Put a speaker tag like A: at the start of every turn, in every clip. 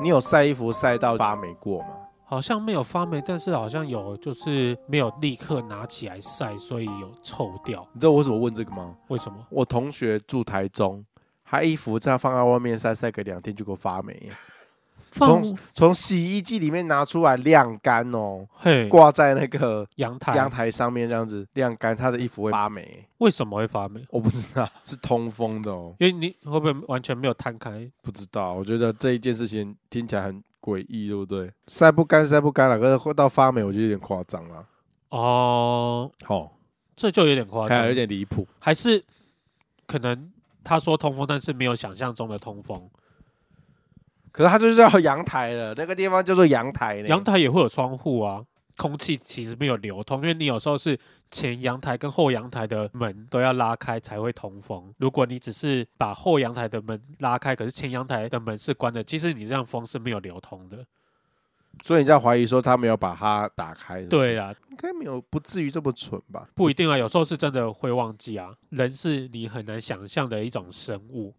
A: 你有晒衣服晒到发霉过吗？
B: 好像没有发霉，但是好像有就是没有立刻拿起来晒，所以有臭掉。
A: 你知道我为什么问这个吗？
B: 为什么？
A: 我同学住台中，他衣服这样放在外面晒晒个两天，就给我发霉。
B: 放
A: 从从洗衣机里面拿出来晾干哦，
B: 嘿
A: 挂在那个
B: 阳台
A: 阳台上面这样子晾干，他的衣服会发霉。
B: 为什么会发霉？
A: 我不知道是通风的哦，
B: 因为你会不会完全没有摊开？
A: 不知道。我觉得这一件事情听起来很诡异，对不对？晒不干，晒不干了，可是会到发霉，我觉得有点夸张了。
B: 哦，
A: 好、
B: 这就有点夸
A: 还有
B: 张
A: 有，点离谱。
B: 还是可能他说通风，但是没有想象中的通风。
A: 可是它就是要阳台了，那个地方叫做阳台呢。
B: 阳台也会有窗户啊，空气其实没有流通，因为你有时候是前阳台跟后阳台的门都要拉开才会通风。如果你只是把后阳台的门拉开，可是前阳台的门是关的，其实你这样风是没有流通的。
A: 所以你在怀疑说他没有把它打开是不是
B: 对，啦，
A: 应该没有，不至于这么蠢吧？
B: 不一定啊，有时候是真的会忘记啊。人是你很难想象的一种生物，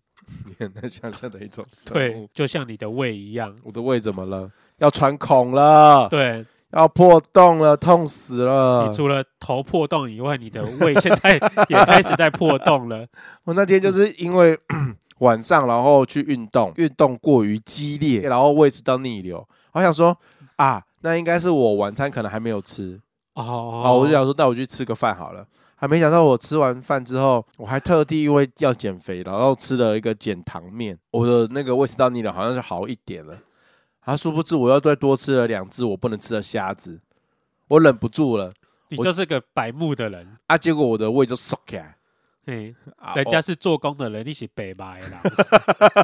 A: 你很难想象的一种生
B: 对
A: 物，
B: 就像你的胃一样。
A: 我的胃怎么了？要穿孔了，
B: 对
A: 要破洞了，痛死了
B: 你！除了头破洞以外，你的胃现在也开始在破洞 了。
A: 我那天就是因为 晚上，然后去运动，运动过于激烈，然后胃食道逆流。我想说啊，那应该是我晚餐可能还没有吃，
B: 哦，
A: 啊，我就想说，那我去吃个饭好了。还没想到我吃完饭之后，我还特地因为要减肥，然后吃了一个减糖面，我的那个胃食道逆流好像是好一点了。啊，殊不知我又再多吃了两只我不能吃的虾子，我忍不住了
B: 你
A: 我
B: 就是个白目的人。
A: 啊！结果我的胃就缩起来，
B: 嗯，
A: 啊、
B: 人家是做工的人，你 是北白啦，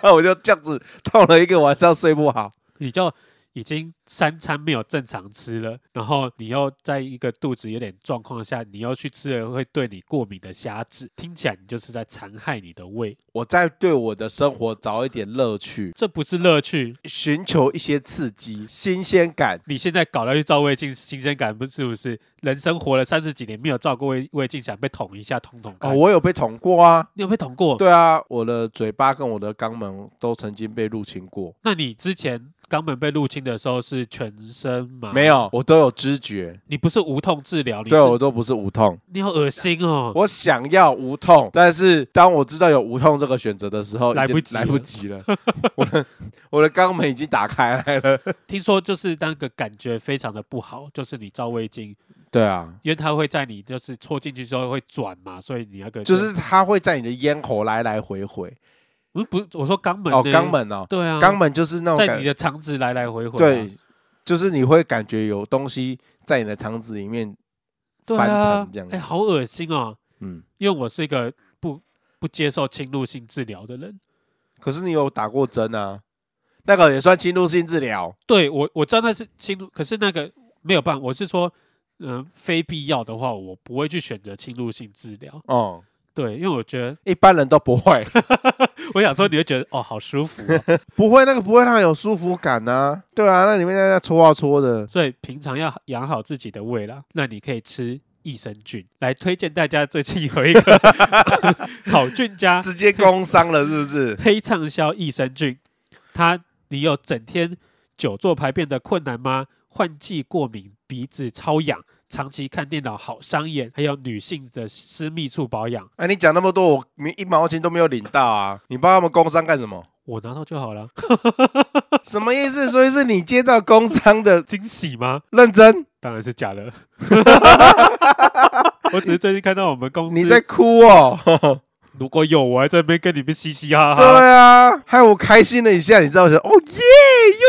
A: 我 我就这样子痛了一个晚上睡不好。
B: 你就已经三餐没有正常吃了，然后你又在一个肚子有点状况下，你又去吃了会对你过敏的虾子，听起来你就是在残害你的胃，
A: 我在对我的生活找一点乐趣，
B: 这不是乐趣。
A: 寻求一些刺激、新鲜感。
B: 你现在搞到去照胃镜，新鲜感不是不是？人生活了三十几年没有照过胃胃镜，想被捅一下，捅捅
A: 哦，
B: 看。
A: 我有被捅过啊，
B: 你有被捅过？
A: 对啊，我的嘴巴跟我的肛门都曾经被入侵过，
B: 那你之前肛门被入侵的时候是全身吗？
A: 没，有，我都有知觉，
B: 你不是无痛治疗，啊你是
A: 对啊我都不是无痛，
B: 你好恶心哦。
A: 我想要无痛，但是当我知道有无痛这个选择的时候，已
B: 来
A: 经
B: 不及
A: 来
B: 了
A: 不及了，我的我的肛门已经打开来了，
B: 听说就是那个感觉非常的不好，就是你照胃镜，
A: 对啊，
B: 因为它会在你就是戳进去之后会转嘛，所以你那个
A: 就是它会在你的咽喉来来回回，
B: 不是不是我说肛门
A: 哦，
B: 呢
A: 肛门哦，
B: 对啊，
A: 肛门就是那种
B: 在
A: 感
B: 你的肠子来来回回啊、
A: 对，就是你会感觉有东西在你的肠子里面，
B: 对
A: 翻
B: 啊
A: 腾这样，
B: 哎、好恶心哦！
A: 嗯，
B: 因为我是一个不不接受侵入性治疗的人，
A: 可是你有打过针啊，那个也算侵入性治疗。
B: 对我我知道那是侵入，可是那个没有办法，我是说，嗯、非必要的话，我不会去选择侵入性治疗，
A: 哦、
B: 对，因为我觉得
A: 一般人都不 会，
B: 我想说你会觉得哦好舒服、哦，
A: 不会那个不会让你有舒服感呐、对啊，那里面在那搓啊搓的，
B: 所以平常要养好自己的胃啦。那你可以吃益生菌，来推荐大家最近有一个 好菌 家
A: 直接工伤了是不是？
B: 黑畅销益生菌，它你有整天久坐排便的困难吗？换季过敏、鼻子超痒、长期看电脑好伤眼，还有女性的私密处保养，
A: 哎、你讲那么多，我你一毛钱都没有领到啊！你帮他们工伤干什 么？
B: 我拿到就好了，
A: 什么意思？所以是你接到工伤的
B: 惊喜吗？
A: 认真？
B: 当然是假的。 我只是最近看到我们公司，
A: 你在哭哦？
B: 如果有我还在那边跟你们嘻嘻哈哈，
A: 对啊，害我开心了一下，你知道我想，哦耶，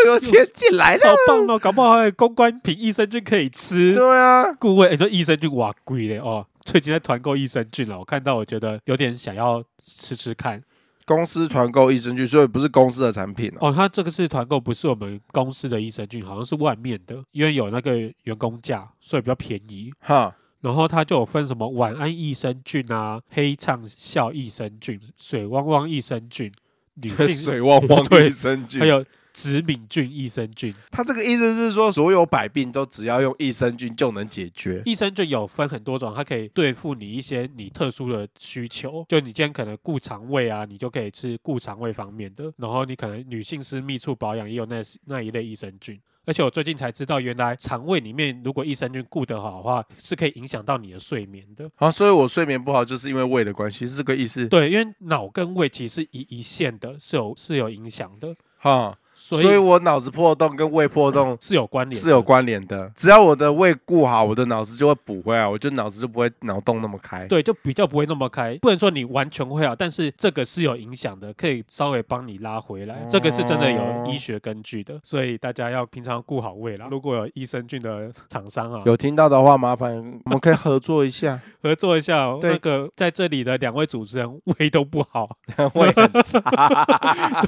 A: 又有钱进 来了。
B: 好棒哦！搞不好还有公关品益生菌可以吃。
A: 对啊，
B: 顾问，你、说益生菌哇贵嘞哦！最近在团购益生菌了，我看到我觉得有点想要吃吃看
A: 公司团购益生菌，所以不是公司的产品哦。
B: 哦。它这个是团购，不是我们公司的益生菌，好像是外面的，因为有那个员工价，所以比较便宜。
A: 哈，
B: 然后它就有分什么晚安益生菌啊、黑畅 效益生菌、水汪汪益生菌、女性
A: 汪
B: 对
A: 生菌
B: 还有殖敏菌、益生菌。
A: 他这个意思是说，所有百病都只要用益生菌就能解决。
B: 益生菌有分很多种，它可以对付你一些你特殊的需求。就你今天可能顾肠胃啊，你就可以吃顾肠胃方面的。然后你可能女性私密处保养也有那那一类益生菌。而且我最近才知道，原来肠胃里面如果益生菌顾得好的话，是可以影响到你的睡眠的。
A: 好、所以我睡眠不好就是因为胃的关系，是这个意思。
B: 对，因为脑跟胃其实是一一线的，是有是有影响的，
A: 哈，
B: 所
A: 所
B: 以
A: 以我脑子破洞跟胃破洞
B: 是有关联，
A: 是有。关联的。只要我的胃顾好，我的脑子就会补回来，我就脑子就不会脑洞那么开。
B: 对，就比较不会那么开，不能说你完全会好，但是这个是有影响的，可以稍微帮你拉回
A: 哦
B: 来，这个是真的有医学根据的，所以大家要平常顾好胃啦。如果有益生菌的厂商啊，
A: 有听到的话，麻烦我们可以合作一下。
B: 合作一下哦，
A: 对
B: 那个在这里的两位主持人胃都不好，
A: 胃很差，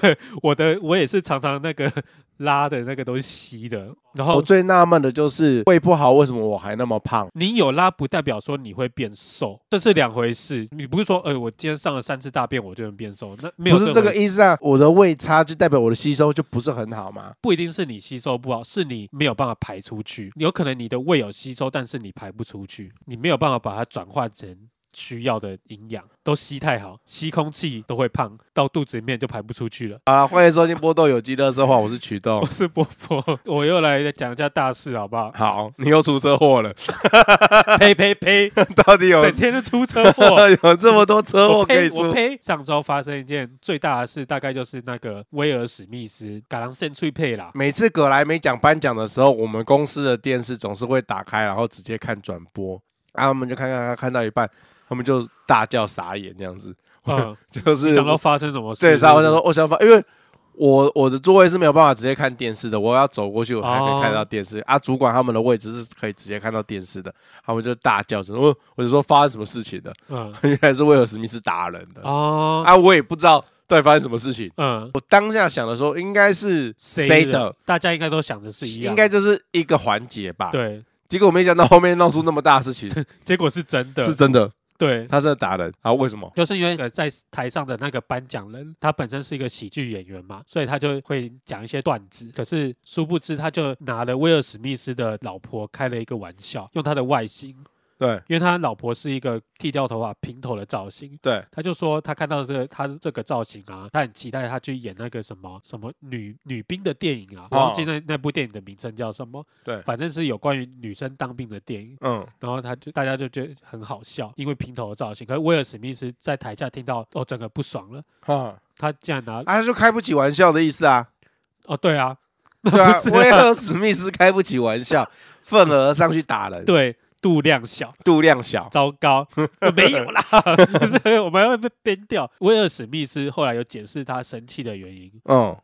B: 我的我也是常常那个 拉的那个都是稀的，然
A: 我
B: 后
A: 最纳闷的就是胃不好，为什么我还那么胖？
B: 你有拉不代表说你会变瘦，这是两回事。你不是说，呃，我今天上了三次大便我就能变瘦，那没有
A: 不是这个
B: 回事，
A: 意思啊，我的胃差就代表我的吸收就不是很好嘛。
B: 不一定是你吸收不好，是你没有办法排出去。有可能你的胃有吸收，但是你排不出去，你没有办法把它转化成。需要的营养都吸太好，吸空气都会胖，到肚子里面就排不出去了。
A: 好了，啊欢迎收听波豆有机乐色话，我是曲豆？
B: 我。是波波，我又来讲一下大事好不好
A: 好，你又出车祸了，
B: 呸呸呸，
A: 到底有
B: 整天都出车祸。
A: 有这么多车祸
B: 我
A: 可以
B: 呸！我
A: 出？
B: 呸！上周发生一件最大的事，大概就是那个威尔史密斯嘎狼圣翠佩啦。
A: 每次葛莱美奖颁奖的时候，我们公司的电视总是会打开，然后直接看转播，啊，我们就看看看看到一半，他们就大叫傻眼这样子，
B: 嗯，
A: 就是
B: 想到发生什么事？
A: 对，
B: 是不是
A: 然后我想说，我想法，因为我我的座位是没有办法直接看电视的，我要走过去，我才可以看
B: 哦
A: 到电视、啊。主管他们的位置是可以直接看到电视的，他们就大叫声，我我就说发生什么事情了，
B: 嗯，
A: 原来是威尔史密斯打人的
B: 哦，
A: 啊，我也不知道到底发生什么事情。
B: 嗯，
A: 我当下想的时候，应该是谁的？？
B: 大家应该都想的是一样，
A: 应该就是一个环节吧。，
B: 对。
A: 结果没想到后面闹出那么大的事情，
B: 结果是真的，
A: 是真的，
B: 对。
A: 他真的打人啊？为什么？
B: 就是因为呃在台上的那个颁奖人，他本身是一个喜剧演员嘛，所以他就会讲一些段子。可是殊不知，他就拿了威尔史密斯的老婆开了一个玩笑，用他的外形，
A: 对
B: 因为他老婆是一个剃掉头发平头的造型，
A: 对，
B: 他就说他看到这个他这个造型啊，他很期待他去演那个什么什么女女兵的电影啊，我忘记那那部电影的名称叫什么，
A: 对
B: 反正是有关于女生当兵的电影。
A: 嗯，
B: 然后他就大家就觉得很好笑，因为平头的造型。可是威尔史密斯在台下听到哦，整个不爽了，
A: 哈，
B: 他竟然拿
A: 啊，他就开不起玩笑的意思 啊。
B: 哦对啊，
A: 对啊
B: 不是，啊
A: 威尔史密斯开不起玩笑，愤而上去打人，
B: 对度量小，
A: 度量小，
B: 糟糕，呃没有啦， 所以我们会被编掉。威尔史密斯后来有解释他生气的原因，
A: 嗯，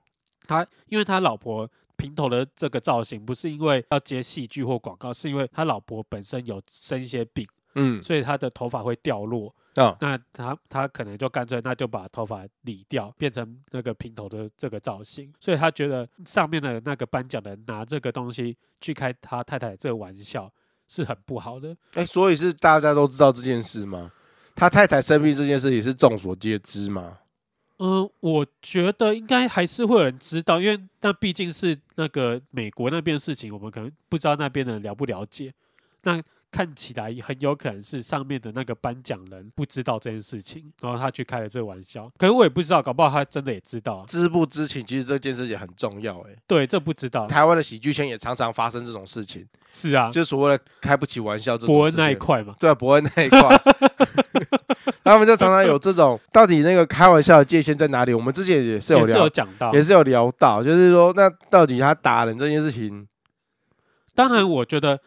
B: 他因为他老婆平头的这个造型，不是因为要接戏剧或广告，是因为他老婆本身有生一些病，
A: 嗯，
B: 所以他的头发会掉落。
A: 嗯
B: 那他他可能就干脆那就把头发理掉，变成那个平头的这个造型。所以他觉得上面的那个颁奖人拿这个东西去开他太太这个玩笑是很不好的。
A: 哎，所以是大家都知道这件事吗？他太太生病这件事也是众所皆知吗？
B: 嗯，我觉得应该还是会有人知道，因为那毕竟是那个美国那边的事情，我们可能不知道那边的人了不了解。那看起来很有可能是上面的那个颁奖人不知道这件事情，然后他去开了这个玩笑。可是我也不知道，搞不好他真的也知道啊。
A: 知不知情，其实这件事也很重要。哎，
B: 对，这不知道。
A: 台湾的喜剧圈也常常发生这种事情，
B: 是啊，
A: 就是所谓的开不起玩笑这种
B: 伯
A: 事
B: 恩
A: 情。
B: 那一块嘛。
A: 对啊，伯恩那一块， 他们就常常有这种，到底那个开玩笑的界限在哪里？我们之前也是有
B: 也是
A: 聊
B: 有，讲到
A: 也，是有聊到，就是说，那到底他打人这件事情，
B: 当然我觉得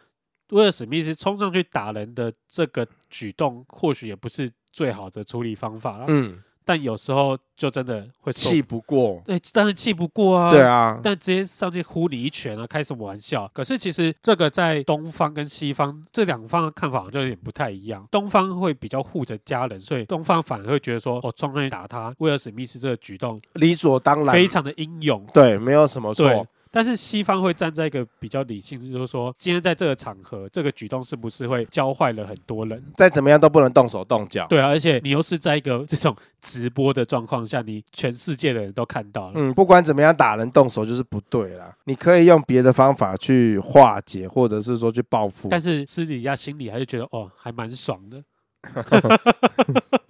B: 威尔史密斯冲上去打人的这个举动，或许也不是最好的处理方法啦。
A: 嗯，
B: 但有时候就真的会受
A: 气不过，
B: 对，当然气不过啊。
A: 对。啊，
B: 但直接上去呼你一拳啊，开什么玩笑？可是其实这个在东方跟西方这两方的看法好像有点不太一样。东方会比较护着家人，所以东方反而会觉得说，哦，冲上去打他，威尔史密斯这个举动
A: 理所当然，
B: 非常的英勇，
A: 对，没有什么
B: 对
A: 错。。
B: 但是西方会站在一个比较理性，就是说，今天在这个场合，这个举动是不是会教坏了很多人？
A: 再怎么样都不能动手动脚。
B: 对啊，而且你又是在一个这种直播的状况下，你全世界的人都看到了。
A: 嗯，不管怎么样，打人动手就是不对啦。你可以用别的方法去化解，或者是说去报复。
B: 但是私底下心里还是觉得，哦，还蛮爽 的，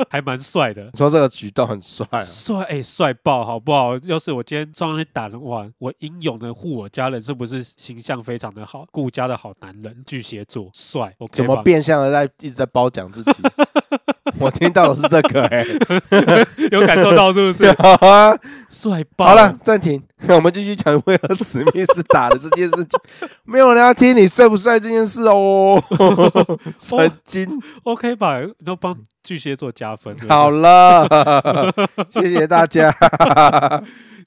B: 还蛮帅的，
A: 你说这个举动很帅啊，
B: 帅哎帅爆好不好？要是我今天撞上去打人，哇，我英勇的护我家人，是不是形象非常的好？顾家的好男人，巨蟹座，帅，OK
A: 怎么
B: 吧？
A: 变相的在一直在褒奖自 己？我听到的是这个哎、欸
B: 有感受到是 不是？
A: 好啊，
B: 帅爆！
A: 好了，，暂停，我们继续讲威尔史密斯打的这件事情。没有人要听你帅不帅这件事 哦，
B: 哦
A: 神经。
B: OK 吧，都帮巨蟹座加分。对不对
A: 好， 了，谢谢大家。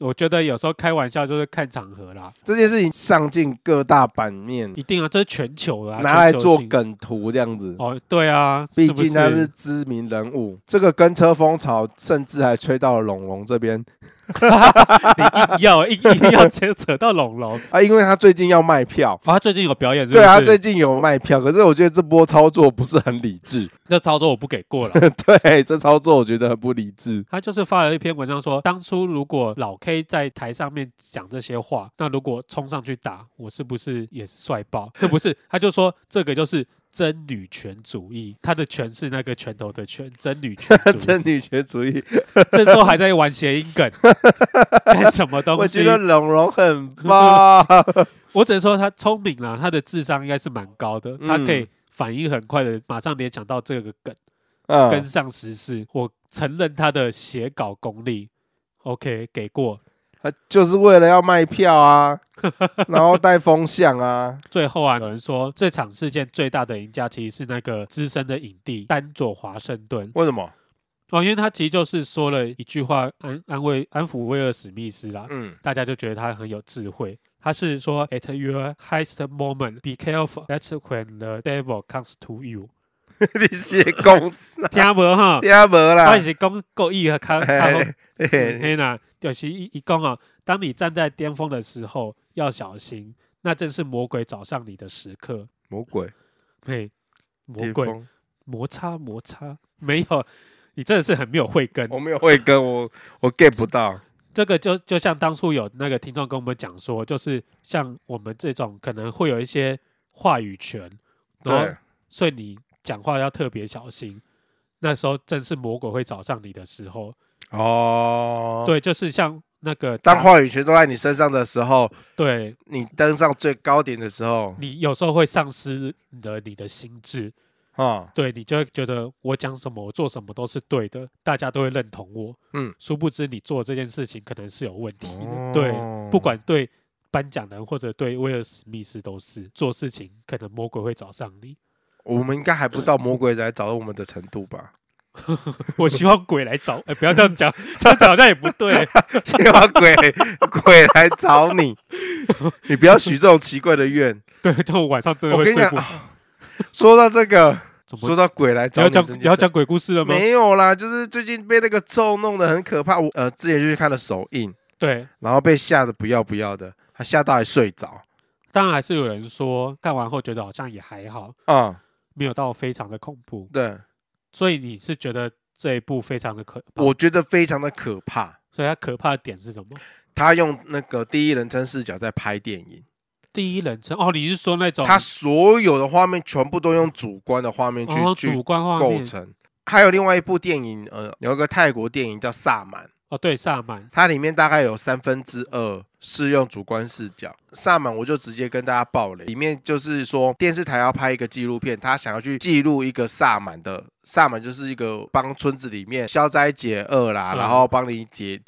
B: 我觉得有时候开玩笑就是看场合啦，
A: 这件事情上进各大版面，
B: 一定啊，这是全球啦，
A: 嗯拿来
B: 全球
A: 做
B: 性。
A: 梗图这样子。
B: 哦，对啊，
A: 毕
B: 不
A: 竟他是知名人物，这个跟车风潮甚至还吹到了龙龙这边
B: 你硬要硬硬要 扯扯到龙龙。哦，
A: 啊，因为他最近要卖票，
B: 他最近有表演是不是，
A: 对啊，最近有卖票，可是我觉得这波操作不是很理智。
B: 这操作我不给过了。
A: 对，这操作我觉得很不理智。
B: 他就是发了一篇文章说，当初如果老 K 在台上面讲这些话，那如果冲上去打，我是不是也帅爆？ 是不是？他就说这个就是真女权主义，他的权是那个拳头的拳，真女 权主义
A: 真。女权主义，
B: 这时候还在玩 谐音梗，干什么东
A: 我
B: 西
A: 觉？得龙龙很 棒。
B: 我只能说他聪明啦，他的智商应该是蛮高的，他
A: 嗯
B: 可以反应很快的，马上联想到这个梗。跟
A: 嗯，
B: 上时事，我承认他的写稿功力，OK，给过。
A: 他就是为了要卖票啊， 然后带风向啊。
B: 最后啊，有人说这场事件最大的赢家其实是那个资深的影帝丹佐华盛顿
A: 为什么？
B: 哦，因为他其实就是说了一句话安安慰安抚威尔史密斯啦，
A: 嗯，
B: 大家就觉得他很有智慧。他是说，At your highest moment, be careful. That's when the devil comes to you
A: 你写公司 啊，
B: 听无哈？
A: 听无啦
B: 我。是讲故意和他他
A: 嘿嘿嘿
B: 嘿呐，就是一一共啊，当你站在巅峰的时候要小心，那正是魔鬼找上你的时刻。
A: 魔鬼，
B: 嘿，魔
A: 巅
B: 鬼
A: 峰
B: 摩擦摩擦，没有，你真的是很没有慧根。
A: 我没有会跟我我 get 不到。
B: 这个就就像当初有那个听众跟我们讲说，就是像我们这种可能会有一些话语权，然后
A: 对，
B: 所以你讲话要特别小心。那时候正是魔鬼会找上你的时候，
A: 哦，，
B: 对，就是像那个
A: 当
B: 打
A: 话语权都在你身上的时候，
B: 对
A: 你登上最高点的时候，
B: 你有时候会丧失了你的心智，
A: 啊，
B: 对你就会觉得我讲什么，我做什么都是对的，大家都会认同我。
A: 嗯，哦
B: 殊不知你做这件事情可能是有问题的，对，不管对颁奖人或者对威尔史密斯都是做事情，可能魔鬼会找上 你。
A: 我们应该还不到魔鬼来找到我们的程度吧？
B: 我希望鬼来找，哎、不要这样讲，这样讲好像也不对。
A: 希望鬼鬼来找你，你不要许这种奇怪的愿。
B: 对，这种晚上真的
A: 我
B: 会
A: 跟你
B: 睡
A: 讲
B: 不好。
A: 啊，说到这个，
B: 怎么
A: 说？到鬼来
B: 你
A: 找
B: 要
A: 你这
B: 讲
A: 件事，
B: 你要讲鬼故事了吗？
A: 没有啦，就是最近被那个咒弄得很可怕。我呃之前就去看了首映，
B: 对，
A: 然后被吓得不要不要的，他吓到还睡着
B: 当然还是有人说看完后觉得好像也还好，
A: 啊、
B: 没有到非常的恐怖。
A: 对，
B: 所以你是觉得这一部非常的可怕？
A: 我觉得非常的可怕。
B: 所以它可怕的点是什么？
A: 他用那个第一人称视角在拍电影，
B: 第一人称哦，你是说那种
A: 他所有的画面全部都用主观的画面去、
B: 哦
A: 去
B: 主观画
A: 构
B: 面
A: 成。还有另外一部电影，呃，有一个泰国电影叫《萨满》，
B: 哦，对萨满
A: 它里面大概有三分之二是用主观视角。萨满我就直接跟大家爆雷，里面就是说电视台要拍一个纪录片，他想要去记录一个萨满的，萨满就是一个帮村子里面消灾解厄啦，
B: 嗯
A: 然后帮你解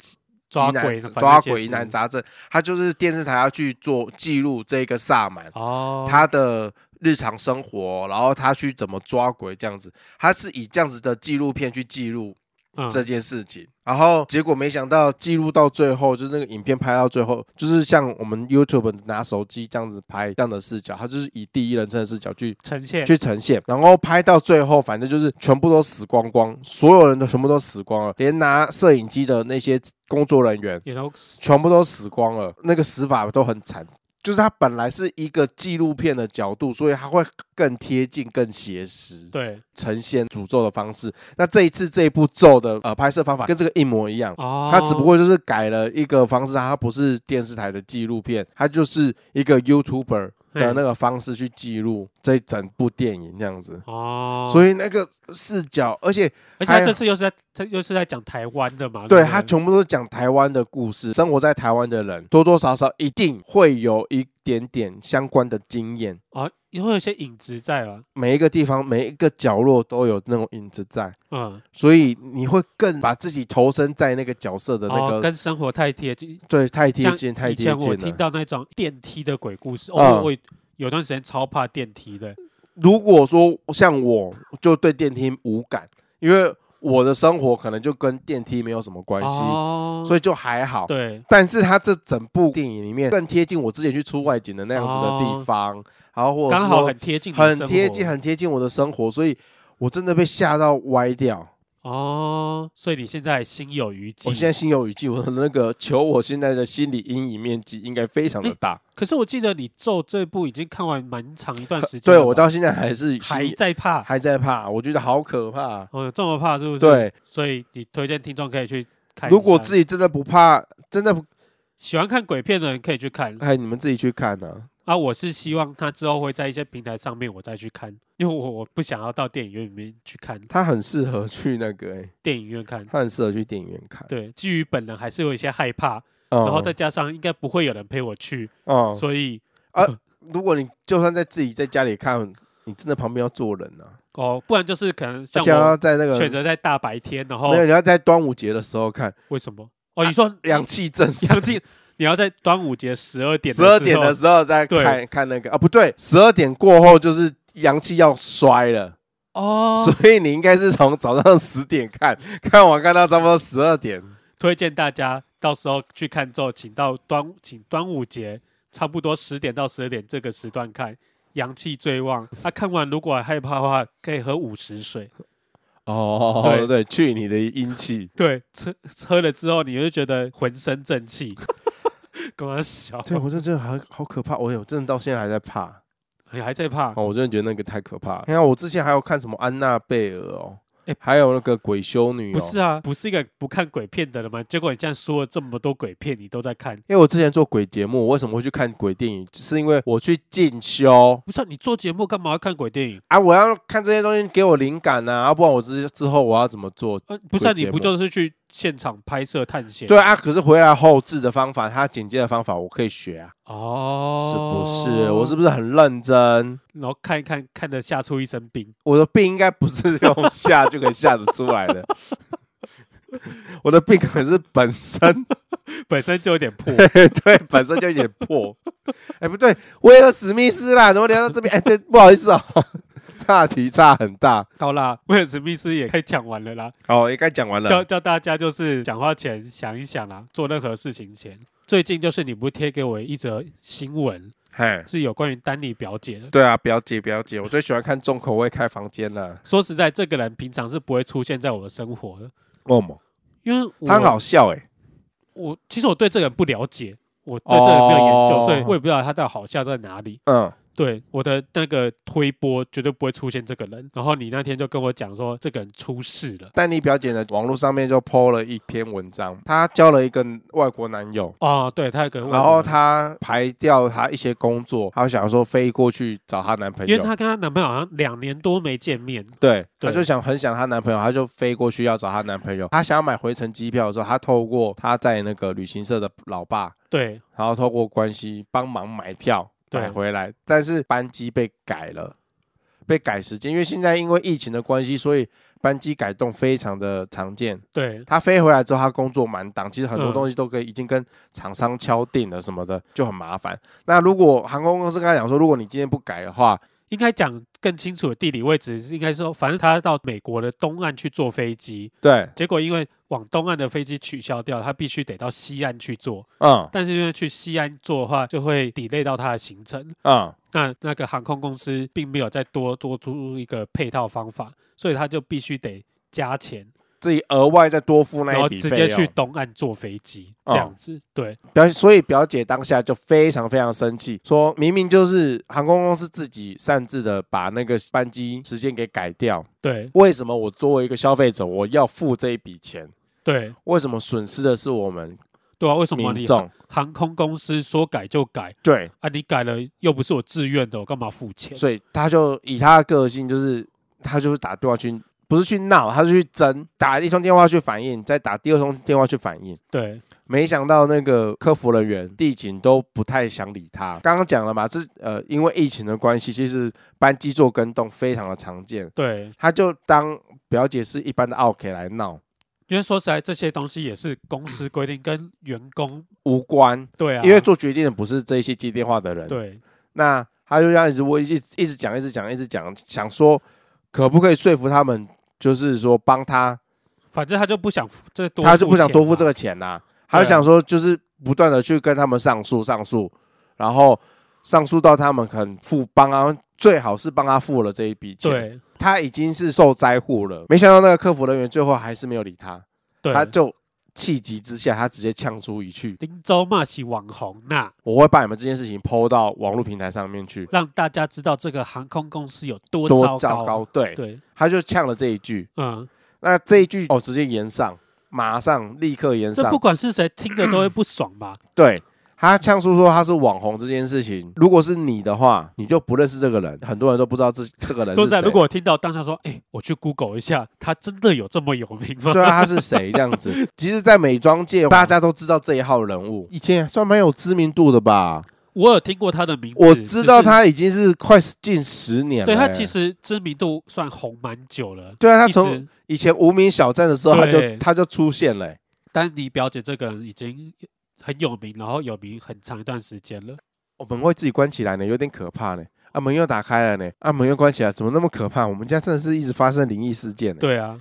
B: 抓
A: 疑难
B: 鬼
A: 抓鬼疑难
B: 杂
A: 杂症，他就是电视台要去做记录这个萨满。
B: 哦，
A: 他的日常生活，然后他去怎么抓鬼这样子，他是以这样子的纪录片去记录
B: 嗯
A: 这件事情。然后结果没想到记录到最后，就是那个影片拍到最后，就是像我们 YouTube 拿手机这样子拍这样的视角，它就是以第一人称的视角去
B: 呈现
A: 去呈现，然后拍到最后，反正就是全部都死光光，所有人都全部都死光了，连拿摄影机的那些工作人员
B: 也都
A: 全部都死光了，那个死法都很惨。就是它本来是一个纪录片的角度，所以它会更贴近、更写实
B: 对
A: 呈现诅咒的方式。那这一次这一部咒的呃拍摄方法跟这个一模一样，
B: 哦，
A: 它只不过就是改了一个方式，它不是电视台的纪录片，它就是一个 YouTuber 的那个方式去记录这一整部电影这样子。
B: 哦，以
A: 所以那个视角，而且
B: 而且他
A: 还
B: 这次又是在他又是在讲台湾的嘛，
A: 对
B: 不
A: 他全部都是讲台湾的故事，生活在台湾的人多多少少一定会有一点点相关的经验。
B: 哦，也会有一些影子在啊，
A: 每一个地方、每一个角落都有那种影子在，
B: 嗯，
A: 所以你会更把自己投身在那个角色的那
B: 哦，
A: 个，
B: 跟生活太贴近，
A: 对，太贴
B: 像
A: 近，太
B: 以
A: 贴
B: 前我
A: 近
B: 听
A: 了。
B: 到那种电梯的鬼故事，哦，
A: 嗯
B: 我有段时间超怕电梯的，
A: 如果说像我就对电梯无感，因为我的生活可能就跟电梯没有什么关系，
B: 哦，
A: 所以就还好。
B: 对，
A: 但是它这整部电影里面更贴近我之前去出外景的那样子的地方，然后或者
B: 刚好
A: 说
B: 很贴近你的
A: 很
B: 生
A: 贴
B: 活
A: 近，很贴近我的生活，所以我真的被吓到歪掉。
B: 哦，所以你现在心有余悸。
A: 我现在心有余悸，我的那个求我现在的心理阴影面积应该非常
B: 嗯
A: 的大。
B: 可是我记得你咒这部已经看完蛮长一段 时间
A: 对
B: 了吧，
A: 我到现在还是
B: 还
A: 心
B: 在怕，
A: 还在怕，我觉得好可怕。
B: 哦，这么怕是不是？，
A: 对，
B: 所以你推荐听众可以去看一下。
A: 如果自己真的不怕，真的不
B: 喜欢看鬼片的人可以去看
A: 哎，你们自己去看呢、
B: 啊。我是希望他之后会在一些平台上面我再去看，因为我我不想要到电影院里面去看
A: 它很适合去那个、哎，
B: 电影院看。
A: 它很适合去电影院看。
B: 对，基于本人还是有一些害怕，
A: 嗯
B: 然后再加上应该不会有人陪我去，
A: 嗯
B: 所以
A: 如果你就算在自己在家里看，你真的旁边要坐人啊，
B: 哦，不然就是可能
A: 而
B: 像
A: 且要
B: 我
A: 在那个
B: 选择在大白天，然后
A: 没有，你啊要在端午节的时候看，
B: 为什么？哦，你说
A: 阳气正盛
B: 杨，静，你要在端午节十二 点
A: 十二点的
B: 时
A: 时候再
B: 对
A: 看看那个啊，不对，十二点过后就是阳气要衰了，
B: 候哦，
A: 所以你应该是从早上十点看， 看完看到差不多十二点。
B: 推荐大家到时候去看之后，请到端请端午节差不多十点到十二点这个时段看，阳气最旺。啊，看完如果害怕的话，可以喝五十水，
A: 哦
B: 对
A: 对，去你的阴气。
B: 对，喝喝了之后，你就觉得浑身正气。 跟我小，
A: 对，我真的觉得好好可怕，我有真的到现在还在怕。哎
B: 你还在怕？
A: 哦，我真的觉得那个太可怕了。你看，我之前还有看什么安娜贝尔哦，
B: 哎
A: 还有那个鬼修女、哦，
B: 不是啊，不是一个不看鬼片的人吗？结果你这样说了这么多鬼片，你都在看，
A: 因为我之前做鬼节目，我为什么会去看鬼电影？是因为我去进修
B: 不是、啊、你做节目干嘛要看鬼电影？
A: 啊，我要看这些东西给我灵感呐、啊，要不然我之之后我要怎么做？
B: 呃，不是、
A: 鬼
B: 啊，
A: 节
B: 你不
A: 目
B: 就是去现场拍摄探险？
A: 对啊，可是回来后置的方法，它剪接的方法我可以学啊，
B: 哦，
A: 是不是？我是不是很认真？
B: 然后看一看，看得吓出一身病。
A: 我的病应该不是 用下就可以下得出来的， 我的病可能是本身
B: 本身就有点破，
A: 对本身就有点破。哎，不对，威尔史密斯啦，怎么聊到这边？哎，对，不好意思哦， 差题差很大。
B: 好啦，威尔史密斯也该讲完了啦，
A: 哦，应该讲完了。
B: 叫叫大家就是讲话前想一想啦，做任何事情前。最近就是你不是贴给我一则新闻，
A: 嘿，
B: 是有关于丹尼表姐的。
A: 对啊，表姐表姐，我最喜欢看重口味开房间了。
B: 说实在，这个人平常是不会出现在我的生活的，
A: 哦么？
B: 因为我
A: 他很好笑哎、
B: 我其实我对这个人不了解，我对这个人没有研究，
A: 哦
B: 所以我也不知道他到底好笑在哪里。
A: 嗯，
B: 对，我的那个推波绝对不会出现这个人。然后你那天就跟我讲说，这个人出事了
A: 丹尼表姐呢，网络上面就 PO 了一篇文章，她交了一个外国男友。
B: 哦，对，他有个人问
A: 然后
B: 我们，
A: 她排掉她一些工作，她想说飞过去找她男朋
B: 因为
A: 友。
B: 她跟她男朋友好像两年多没见面，
A: 对，
B: 对
A: 她就想很想她男朋友，她就飞过去要找她男朋友。她想要买回程机票的时候，她透过她在那个旅行社的老爸，
B: 对，
A: 然后透过关系帮忙买票
B: 对
A: 买回来，但是班机被改了，被改时间，因为现在因为疫情的关系，所以班机改动非常的常见。
B: 对，
A: 他飞回来之后，他工作满档，其实很多
B: 嗯
A: 东西都跟已经跟厂商敲定了什么的，就很麻烦。那如果航空公司跟他讲说，如果你今天不改的话，
B: 应该讲更清楚的地理位置，应该说，反正他到美国的东岸去坐飞机，
A: 对，
B: 结果因为往东岸的飞机取消掉，他必须得到西岸去坐，
A: 嗯
B: 但是因为去西岸坐的话，就会 delay 到他的行程。
A: 嗯，
B: 那那个航空公司并没有再多多出一个配套方法，所以他就必须得加钱，
A: 自己额外再多付那
B: 然
A: 一
B: 后
A: 笔
B: 直
A: 费
B: 接去
A: 用。
B: 东岸坐飞机
A: 哦
B: 这样子。对，
A: 表所以表姐当下就非常非常生气，说明明就是航空公司自己擅自的把那个班机时间给改掉，
B: 对，
A: 为什么我作为一个消费者我要付这一笔钱？
B: 对，
A: 为什么损失的是我们
B: 对啊，为什么
A: 民
B: 你
A: 众？
B: 航空公司说改就改
A: 对，
B: 啊？你改了又不是我自愿的，我干嘛付钱？
A: 所以他就以他的个性，就是他就是打电话去，不是去闹，他是去争，打一通电话去反映，再打第二通电话去反映。
B: 对
A: 没想到那个客服人员、地勤都不太想理他。刚刚讲了嘛，这呃，因为疫情的关系，其实班机做跟动非常的常见，
B: 对，
A: 他就当表姐是一般的 OK 来闹，
B: 因为说实在，这些东西也是公司规定跟员工
A: 无关，
B: 对啊，
A: 因为做决定的不是这些接电话的人，
B: 对
A: 那他就这样一直我一直一直讲，一直讲，一直讲，想说可不可以说服他们，就是说帮他，
B: 反正他就不想付这多，
A: 他就不想多付这
B: 个。
A: 个钱呐、他
B: 啊
A: 就想说就是不断的去跟他们上诉上诉，然后上诉到他们肯付帮啊，最好是帮他付了这一笔钱。，
B: 对
A: 他已经是受灾户了，没想到那个客服人员最后还是没有理他，
B: 对，
A: 他就气急之下，他直接呛出一句
B: 林州骂起网红呐、
A: “我会把你们这件事情抛到网络平台上面去，
B: 让大家知道这个航空公司有多
A: 多
B: 糟
A: 糟糕”，对，
B: 对，
A: 他就呛了这一句。
B: 嗯，
A: 那这一句哦，直接延上，马上立刻延
B: 这
A: 上
B: 不。管是谁听的都会不爽 吧？
A: 对他呛出说他是网红这件事情，如果是你的话，你就不认识这个人，很多人都不知道这这个人是
B: 说实在，
A: 谁。
B: 如果我听到当下说，哎、我去 Google 一下，他真的有这么有名 吗？
A: 对啊，他是谁这样子？其实，在美妆界，大家都知道这一号人物，以前算蛮有知名度的吧。
B: 我有听过他的名字，
A: 我知道
B: 只是
A: 他已经是快近十年了、
B: 对他
A: 欸
B: 其实知名度算红蛮久了。
A: 对啊，他
B: 一
A: 从
B: 直
A: 以前无名小站的时候，他就
B: 对
A: 他就出现了欸、
B: 丹尼表姐这个人已经很有名，然后有名很长一段时间了。
A: 我哦门会自己关起来呢，有点可怕呢。啊，门又打开了呢，啊，门又关起来，怎么那么可怕？我们家真的是一直发生灵异事件呢。
B: 对啊，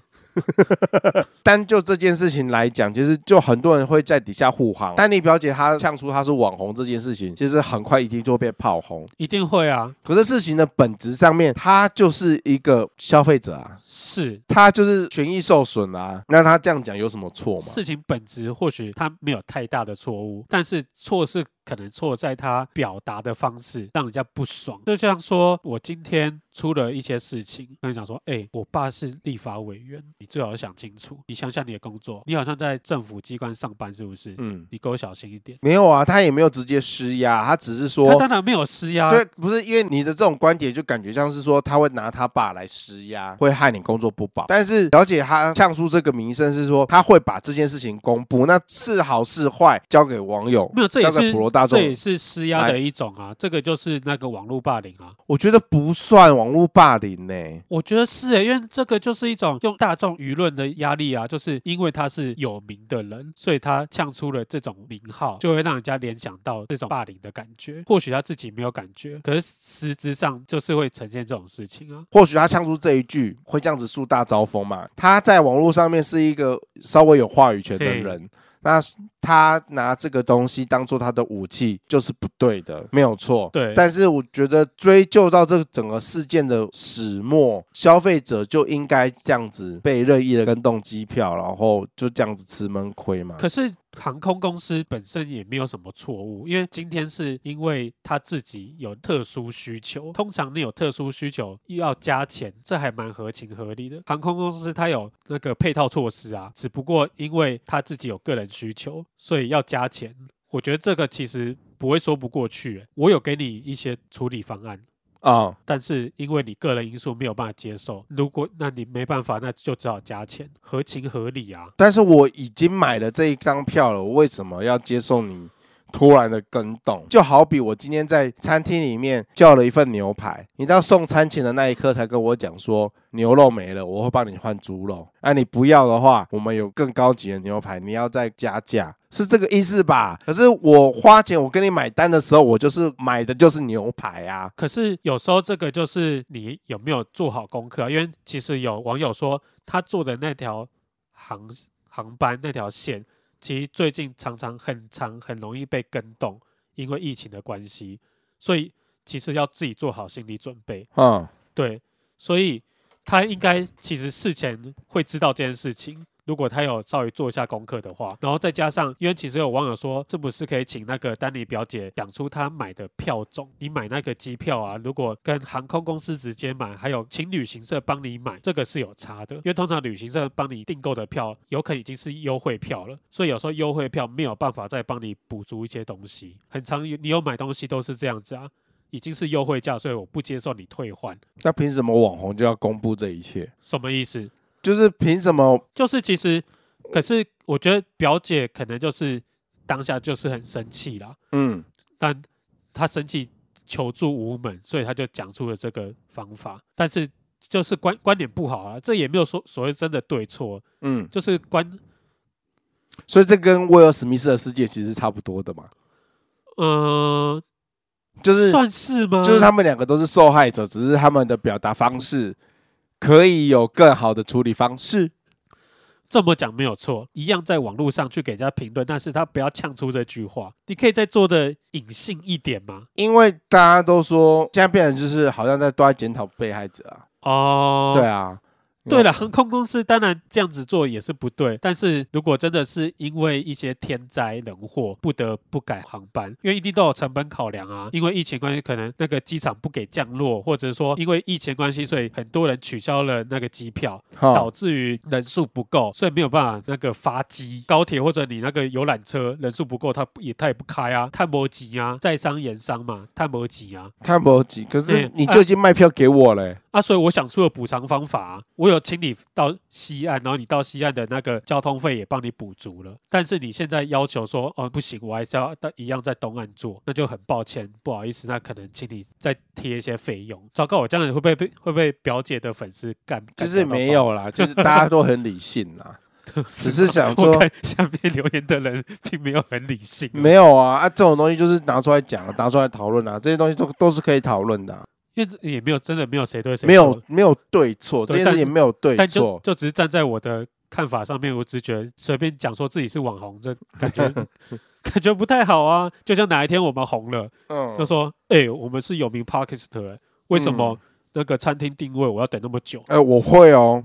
A: 单就这件事情来讲，其实就很多人会在底下护航。丹尼表姐她呛出她是网红这件事情，其实很快一定就被炮轰。
B: 一定会啊，
A: 可是事情的本质上面，她就是一个消费者啊，
B: 是
A: 她就是权益受损啊。那她这样讲有什么错吗？
B: 事情本质或许他没有太大的错误，但是错是可能错在他表达的方式让人家不爽。就像说我今天出了一些事情，跟你讲说，哎、我爸是立法委员，你最好想清楚，你想想你的工作，你好像在政府机关上班是不是？
A: 嗯，
B: 你给我小心一点。
A: 没有啊，她也没有直接施压，她只是
B: 他
A: 说。
B: 当然没有施压，
A: 对，不是因为你的这种观点，就感觉像是说他会拿他爸来施压，会害你工作不保。但是了解他呛出这个名声是说，他会把这件事情公布，那是好是坏交给网友，
B: 没有，嗯这也
A: 交给
B: 是
A: 普罗大
B: 这也
A: 众。
B: 是施压的一种啊，这个就是那个网络霸凌啊。
A: 我觉得不算网络霸凌呢、
B: 我觉得是诶、欸因为这个就是一种用大众舆论的压力啊，就是因为他是有名的人，所以他呛出了这种名号，就会让人家联想到这种霸凌的感觉。或许他自己没有感觉，可是实质上就是会呈现这种事情啊。
A: 或许他呛出这一句会这样子树大招风嘛？他在网络上面是一个稍微有话语权的
B: 嘿
A: 人，那他拿这个东西当做他的武器，就是不对的，没有错。
B: 对
A: 但是我觉得追究到这整个事件的始末，消费者就应该这样子被任意的跟动机票，然后就这样子吃闷亏嘛。
B: 可是航空公司本身也没有什么错误，因为今天是因为他自己有特殊需求，通常你有特殊需求又要加钱，这还蛮合情合理的。航空公司它有那个配套措施啊，只不过因为他自己有个人需求，所以要加钱。我觉得这个其实不会说不过去、欸我有给你一些处理方案，
A: 啊、
B: 但是因为你个人因素没有办法接受，如果那你没办法，那就只好加钱，合情合理啊。
A: 但是我已经买了这一张票了，我为什么要接受你突然的跟动。就好比我今天在餐厅里面叫了一份牛排，你到送餐前的那一刻才跟我讲说牛肉没了，我会帮你换猪肉。啊，你不要的话，我们有更高级的牛排，你要再加价。是这个意思吧？可是我花钱，我跟你买单的时候，我就是买的就是牛排啊。
B: 可是有时候这个就是你有没有做好功课啊、因为其实有网友说他坐的那条航航班那条线，其实最近常常很长，很容易被跟动，因为疫情的关系，所以其实要自己做好心理准备。
A: 嗯，
B: 对，所以他应该其实事前会知道这件事情。如果他有稍微做一下功课的话，然后再加上，因为其实有网友说，是不是可以请那个丹尼表姐讲出她买的票种？你买那个机票啊，如果跟航空公司直接买，还有请旅行社帮你买，这个是有差的。因为通常旅行社帮你订购的票，有可能已经是优惠票了，所以有时候优惠票没有办法再帮你补足一些东西。很常你有买东西都是这样子啊，已经是优惠价，所以我不接受你退换。
A: 那凭什么网红就要公布这一切？
B: 什么意思？
A: 就是凭什么？
B: 就是其实，可是我觉得表姐可能就是当下就是很生气啦，
A: 嗯，
B: 但她生气求助无门，所以她就讲出了这个方法。但是就是观观点不好啊，这也没有说所谓真的对错，
A: 嗯，
B: 就是观
A: 所以这跟威尔史密斯的世界其实是差不多的嘛，
B: 嗯、
A: 就是
B: 算啊是吗？
A: 就是他们两个都是受害者，只是他们的表达方式可以有更好的处理方式。
B: 这么讲没有错，一样在网络上去给人家评论，但是他不要呛出这句话，你可以再做的隐性一点吗？
A: 因为大家都说现在变成就是好像在都在检讨被害者啊，
B: 哦，
A: 对啊，
B: 对了，航空公司当然这样子做也是不对，但是如果真的是因为一些天灾人祸不得不改航班，因为一定都有成本考量啊，因为疫情关系，可能那个机场不给降落，或者说因为疫情关系，所以很多人取消了那个机票，导
A: 好，
B: 致于人数不够，所以没有办法那个发机高铁或者你那个游览车人数不够，它也它也不开啊，探摩吉啊，在商言商嘛，探摩吉啊，
A: 他没急，可是
B: 嗯
A: 你就已经卖票给我了欸、
B: 啊，所以我想出了补偿方法啊、我有请你到西岸，然后你到西岸的那个交通费也帮你补足了。但是你现在要求说，哦，不行，我还是要但一样在东岸做，那就很抱歉，不好意思，那可能请你再贴一些费用。糟糕，我这样子会不会被会不会表姐的粉丝干？
A: 其
B: 干
A: 实
B: 掉到
A: 没
B: 爆，
A: 有啦，就是大家都很理性啊 啦，只是想
B: 我
A: 说
B: 看下面留言的人并没有很理性啊、
A: 没有啊啊，这种东西就是拿出来讲，拿出来讨论啊，这些东西都都是可以讨论的啊、
B: 因为这也没有真的没有谁对谁
A: 没
B: 错啊
A: 有没有对错，这
B: 对
A: 件事情没有对
B: 但就
A: 错，
B: 就只是站在我的看法上面，我只觉得随便讲说自己是网 红，这感觉 感觉不太好啊。就像哪一天我们红了，
A: 嗯？
B: 就说哎、欸我们是有名 p a r k i s t 为什么那个餐厅定位我要等那么久
A: 哎、我会哦，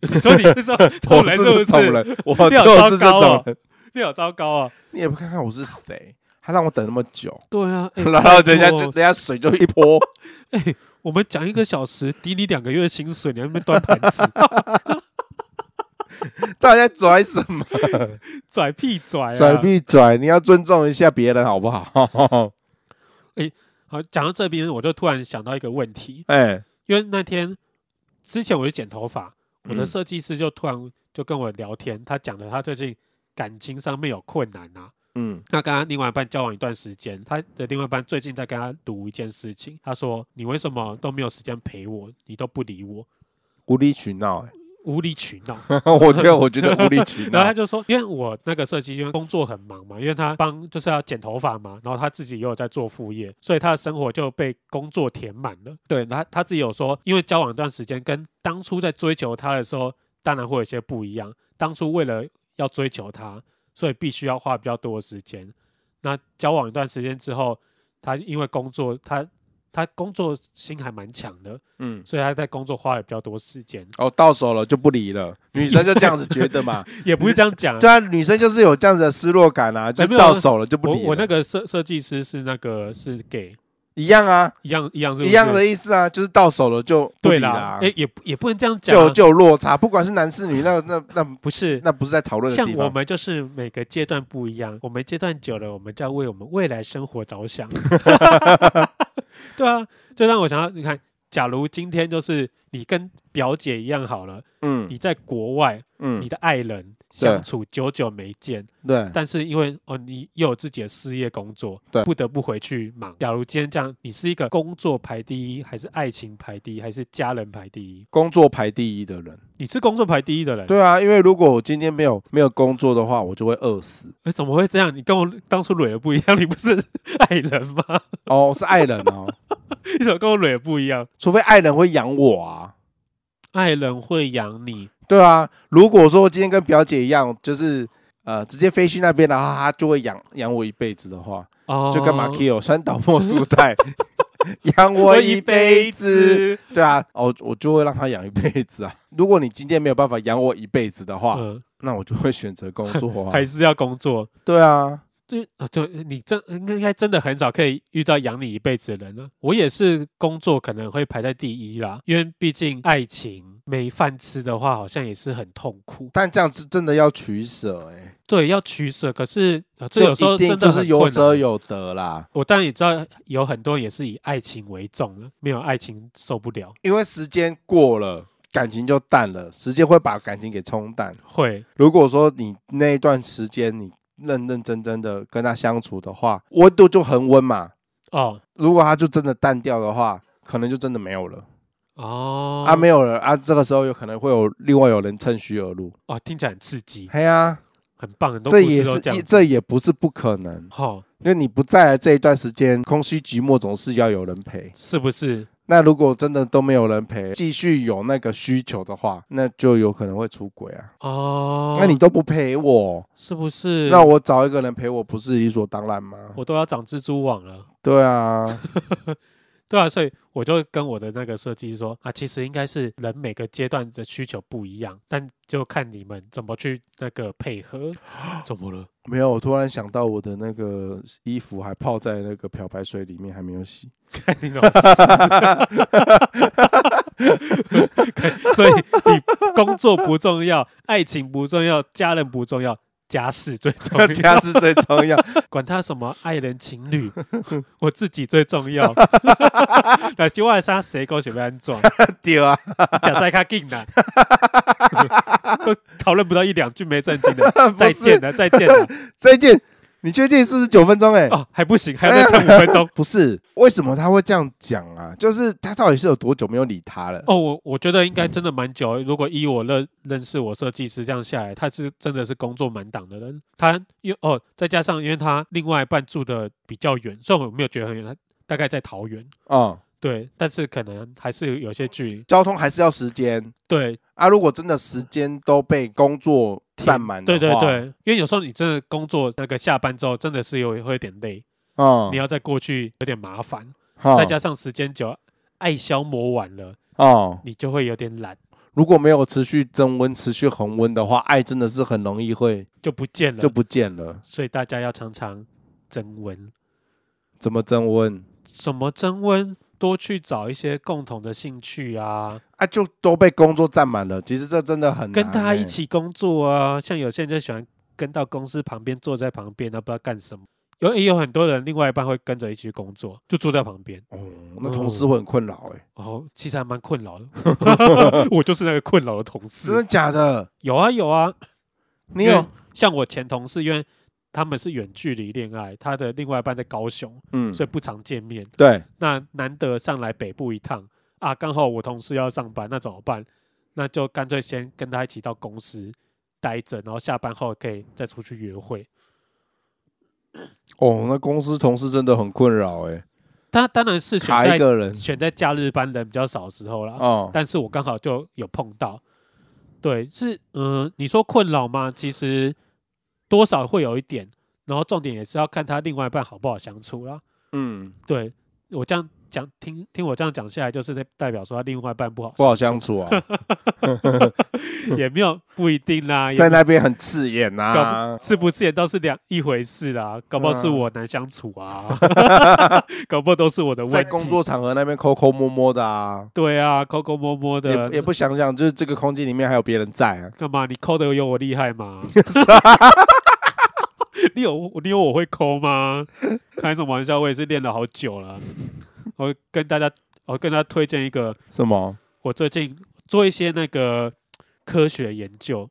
B: 你说你是这这种
A: 我
B: 人
A: 是
B: 是不
A: 这种
B: 是？
A: 人，我
B: 你好
A: 就是这
B: 糟糕
A: 种
B: 哦
A: 人。
B: 你好糟糕啊！
A: 你也不看看我是谁，他让我等那么久，
B: 对啊，欸
A: 然后等一下
B: 拜
A: 就
B: 托
A: 等一下水就一 泼，
B: 我们讲一个小时，抵你两个月的薪水，你还没端盘 子，
A: 大家拽什么？
B: 拽屁拽啊！
A: 拽必拽，你要尊重一下别人好不好？
B: 好，讲到这边，我就突然想到一个问题，
A: 哎，
B: 因为那天之前我去剪头发，我的
A: 嗯
B: 设计师就突然就跟我聊天，他讲了他最近感情上面有困难啊。
A: 嗯
B: 那跟他另外一半交往一段时间，他的另外一半最近在跟他读一件事情，他说：“你为什么都没有时间陪我？你都不理我，
A: 无理取闹，哎
B: 无理取闹。”
A: 我觉得我觉得无理取
B: 然后他
A: 闹，
B: 就说，因为我那个设计因为工作很忙嘛，因为他帮就是要剪头发嘛，然后他自己也有在做副业，所以他的生活就被工作填满了。对，然后他他自己有说，因为交往一段时间，跟当初在追求他的时候，当然会有些不一样。当初为了要追求他，所以必须要花比较多的时间。那交往一段时间之后，他因为工作，他他工作心还蛮强的，
A: 嗯。
B: 所以他在工作花了比较多时间，
A: 哦，到手了就不理了，女生就这样子觉得嘛？
B: 也不是这样 讲啊，
A: 对啊，女生就是有这样子的失落感啊，就
B: 没
A: 是
B: 有
A: 到手了就不
B: 我
A: 理了。
B: 我那个设设计师是那个是给
A: 一样啊，
B: 一样一样是不
A: 一
B: 是
A: 样的意思啊，就是到手了就不
B: 对
A: 理
B: 啦哎
A: 啦，，
B: 也也不也不能这样讲啊，
A: 就就有落差，不管是男是女，那那那
B: 不是。
A: 那不是在讨论的
B: 像
A: 地
B: 我
A: 方。
B: 们就是每个阶段不一样，我们阶段久了，我们就要为我们未来生活 着想。对啊，这让我想到，你看，假如今天就是你跟表姐一样好了，
A: 嗯
B: 你在国外，
A: 嗯
B: 你的爱人相处，久久没见，
A: 对
B: 但是因为哦，你又有自己的事业工作，
A: 对
B: 不得不回去忙。假如今天这样，你是一个工作排第一，还是爱情排第一，还是家人排第一？
A: 工作排第一的人。
B: 你是工作排第一的人，
A: 对啊，因为如果我今天没有没有工作的话，我就会饿死。
B: 哎，怎么会这样？你跟我当初蕊的不一样，你不是 爱人吗？
A: 哦，是爱人哦，
B: 你怎么跟我蕊的不一样？
A: 除非爱人会养我啊。
B: 爱人会养你，
A: 对啊，如果说今天跟表姐一样，就是呃直接飞去那边，然后她就会养养我一辈子的话，
B: 哦，
A: 就跟马 k i o 川岛茉树代 养我
B: 我
A: 一辈子。。对啊，哦，我就会让他养一辈子啊。如果你今天没有办法养我一辈子的话，
B: 嗯，
A: 那我就会选择工作啊
B: 还。是要工作。
A: 对啊，
B: 对啊，对你真应该真的很少可以遇到养你一辈子的人了。我也是工作可能会排在第一啦，因为毕竟爱情没饭吃的话，好像也是很痛苦。
A: 但这样是真的要取舍哎、
B: 对，要取舍，可是、啊、这
A: 就
B: 有时候
A: 一定
B: 真的
A: 就是
B: 很
A: 有
B: 困
A: 舍
B: 难。
A: 有得啦。
B: 我当然也知道有很多人也是以爱情为重了，没有爱情受不了。
A: 因为时间过了，感情就淡了，时间会把感情给冲淡。
B: 会，
A: 如果说你那一段时间你认认真真的跟他相处的话，温度就恒温嘛。
B: 哦
A: 如果他就真的淡掉的话，可能就真的没有了、
B: 哦
A: 啊，没有了啊。这个时候有可能会有另外有人趁虚而入。
B: 哦，听起来很刺激，
A: 嘿呀、
B: 很棒，很多
A: 这
B: 故事
A: 也
B: 都
A: 是
B: 这样
A: 一
B: 子。
A: 这也不是不可能，
B: 好、哦，
A: 因为你不在来这一段时间，空虚寂寞总是要有人陪。
B: 是不是？
A: 那如果真的都没有人陪，继续有那个需求的话，那就有可能会出轨啊。
B: 哦，
A: 那你都不陪我，
B: 是不是？
A: 那我找一个人陪我，不是理所当然吗？
B: 我都要长蜘蛛网了。
A: 对啊，
B: 对啊，所以我就跟我的那个设计师说啊，其实应该是人每个阶段的需求不一样，但就看你们怎么去那个配合。啊怎么了？
A: 没有，我突然想到我的那个衣服还泡在那个漂白水里面，还没有洗。
B: 看你老师 所以你工作不重要，爱情不重要，家人不重要，家事最重 要
A: 家。是最重要。
B: 管他什么爱人情 侣，我自己最重要。 那就外杀谁狗血被安装。
A: 对啊，
B: 假赛卡劲的，都讨论不到一两句没正经 的， 再见了，再见了，
A: 再见。你确定是不是九分钟、欸？哎、
B: 哦，还不行，还要再撑五分钟。
A: 不是，为什么他会这样讲啊？就是他到底是有多久没有理他了？
B: 哦，我我觉得应该真的蛮久。如果依我认认识我设计师这样下来，他是真的是工作满档的人。他因哦，再加上因为他另外一半住的比较远，虽然我没有觉得很远，他大概在桃园，
A: 嗯，
B: 对，但是可能还是有些距离。
A: 交通还是要时间
B: 对，
A: 啊。如果真的时间都被工作占满的
B: 对
A: 话，
B: 对对，因为有时候你真的工作那个下班之后，真的是有会有点累，
A: 嗯，
B: 你要再过去有点麻烦。
A: 要
B: 再加上时间久，爱消磨完了，
A: 哦，
B: 你就会有点懒，
A: 如果没有持续增温、持续恒温的话，爱真的是很容易会
B: 就不见了。
A: 就不见了。
B: 所以大家要常常增温。
A: 怎么增温
B: 什么增温？多去找一些共同的兴趣啊，
A: 啊？就都被工作占满了，其实这真的很难、
B: 跟大家一
A: 欸。
B: 起工作啊。像有些人就喜欢跟到公司旁边，坐在旁边，啊那不知道干什么。有也有很多人，另外一半会跟着一起去工作，就坐在旁边。
A: 哦，那同事会很困扰哎、
B: 哦，其实还蛮困 扰的。 我就是那个困扰的同
A: 真的
B: 事。
A: 假的？
B: 有啊有啊，
A: 你
B: 因为
A: 有
B: 像我前同事，因为他们是远距离恋爱，他的另外一半在高雄，
A: 嗯
B: 所以不常见面。
A: 对
B: 那难得上来北部一趟啊，刚好我同事要上班，那怎么办？那就干脆先跟他一起到公司待着，然后下班后可以再出去约会。
A: 哦，那公司同事真的很困扰哎、
B: 他当然是选
A: 卡一
B: 在
A: 个人
B: 选在假日班人比较少的时候啦，
A: 哦，
B: 但是我刚好就有碰到。对，是嗯、呃你说困扰吗？其实多少会有一点，然后重点也是要看他另外一半好不好相处啦。
A: 嗯，
B: 对我这样讲，听听我这样讲下来，就是代代表说他另外一半不好，
A: 不好相处 啊，
B: 也没有不一定啦，也
A: 在
B: 没
A: 那边很刺眼
B: 有搞
A: 啊
B: 不。是不是也倒是两一回事啦，搞不好是
A: 嗯
B: 我难相处 啊，搞不好都是我的问题。
A: 在工作场合那边抠抠摸摸的啊，
B: 对啊，抠抠摸摸的
A: 也，也不想想，就是这个空间里面还有别人在啊。
B: 干嘛？你抠的有我厉害吗？ 你有你有我会抠吗？开什么玩笑？我也是练了好久了。我跟大家，我跟大家推荐一个，
A: 什么？
B: 我最近做一些那个科学研究，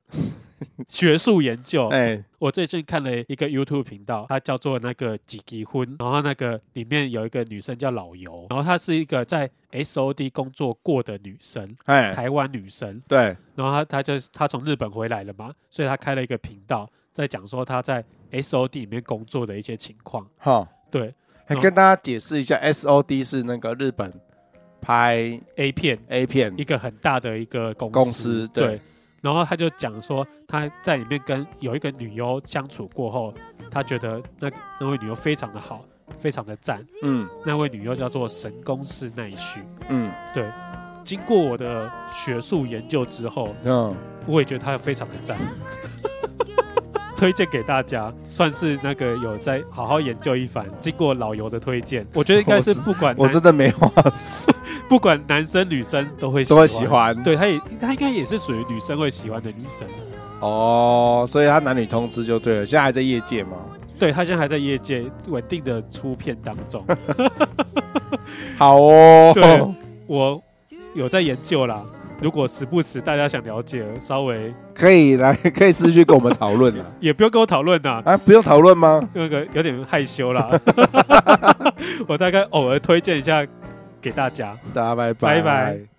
B: 学术研究。
A: 哎，
B: 我最近看了一个 YouTube 频道，它叫做那个几几婚，然后那个里面有一个女生叫老尤，然后她是一个在 SOD 工作过的女生，
A: 哎，
B: 台湾女生。
A: 对，
B: 然后她她就是她从日本回来了嘛，所以她开了一个频道，在讲说她在 SOD 里面工作的一些情况。
A: 好，
B: 对
A: 还哎跟大家解释一下，SOD 是那个日本拍
B: A 片
A: A 片
B: 一，个很大的一个公司，
A: 公司对
B: 然后他就讲说，他在里面跟有一个女优相处过后，他觉得那那位女优非常的好，非常的赞。
A: 嗯
B: 那位女优叫做神宫寺奈绪。
A: 嗯
B: 经过我的学术研究之后，
A: 嗯，
B: 我也觉得她非常的赞， 推荐给大家，算是那个有在好好研究一番。经过老油的推荐，我觉得应该是
A: 我知
B: 不管
A: 我
B: 男
A: 真的没话说，
B: 不管男生女生都 会
A: 都会喜。欢，
B: 对，她也她应该也是属于女生会喜欢的女生。
A: 哦，所以他男女通吃就对了，现在还在业界吗？
B: 对他现在还在业界稳定的出片当 中，
A: 好哦，
B: 对我有在研究啦。如果时不时大家想了解，稍微
A: 可以来，可以私去跟我们讨论了
B: 也不用跟我讨论啦，
A: 啊，不用讨论吗？
B: 那个有点害羞啦。我大概偶尔推荐一下给大家。
A: 大家拜
B: 拜拜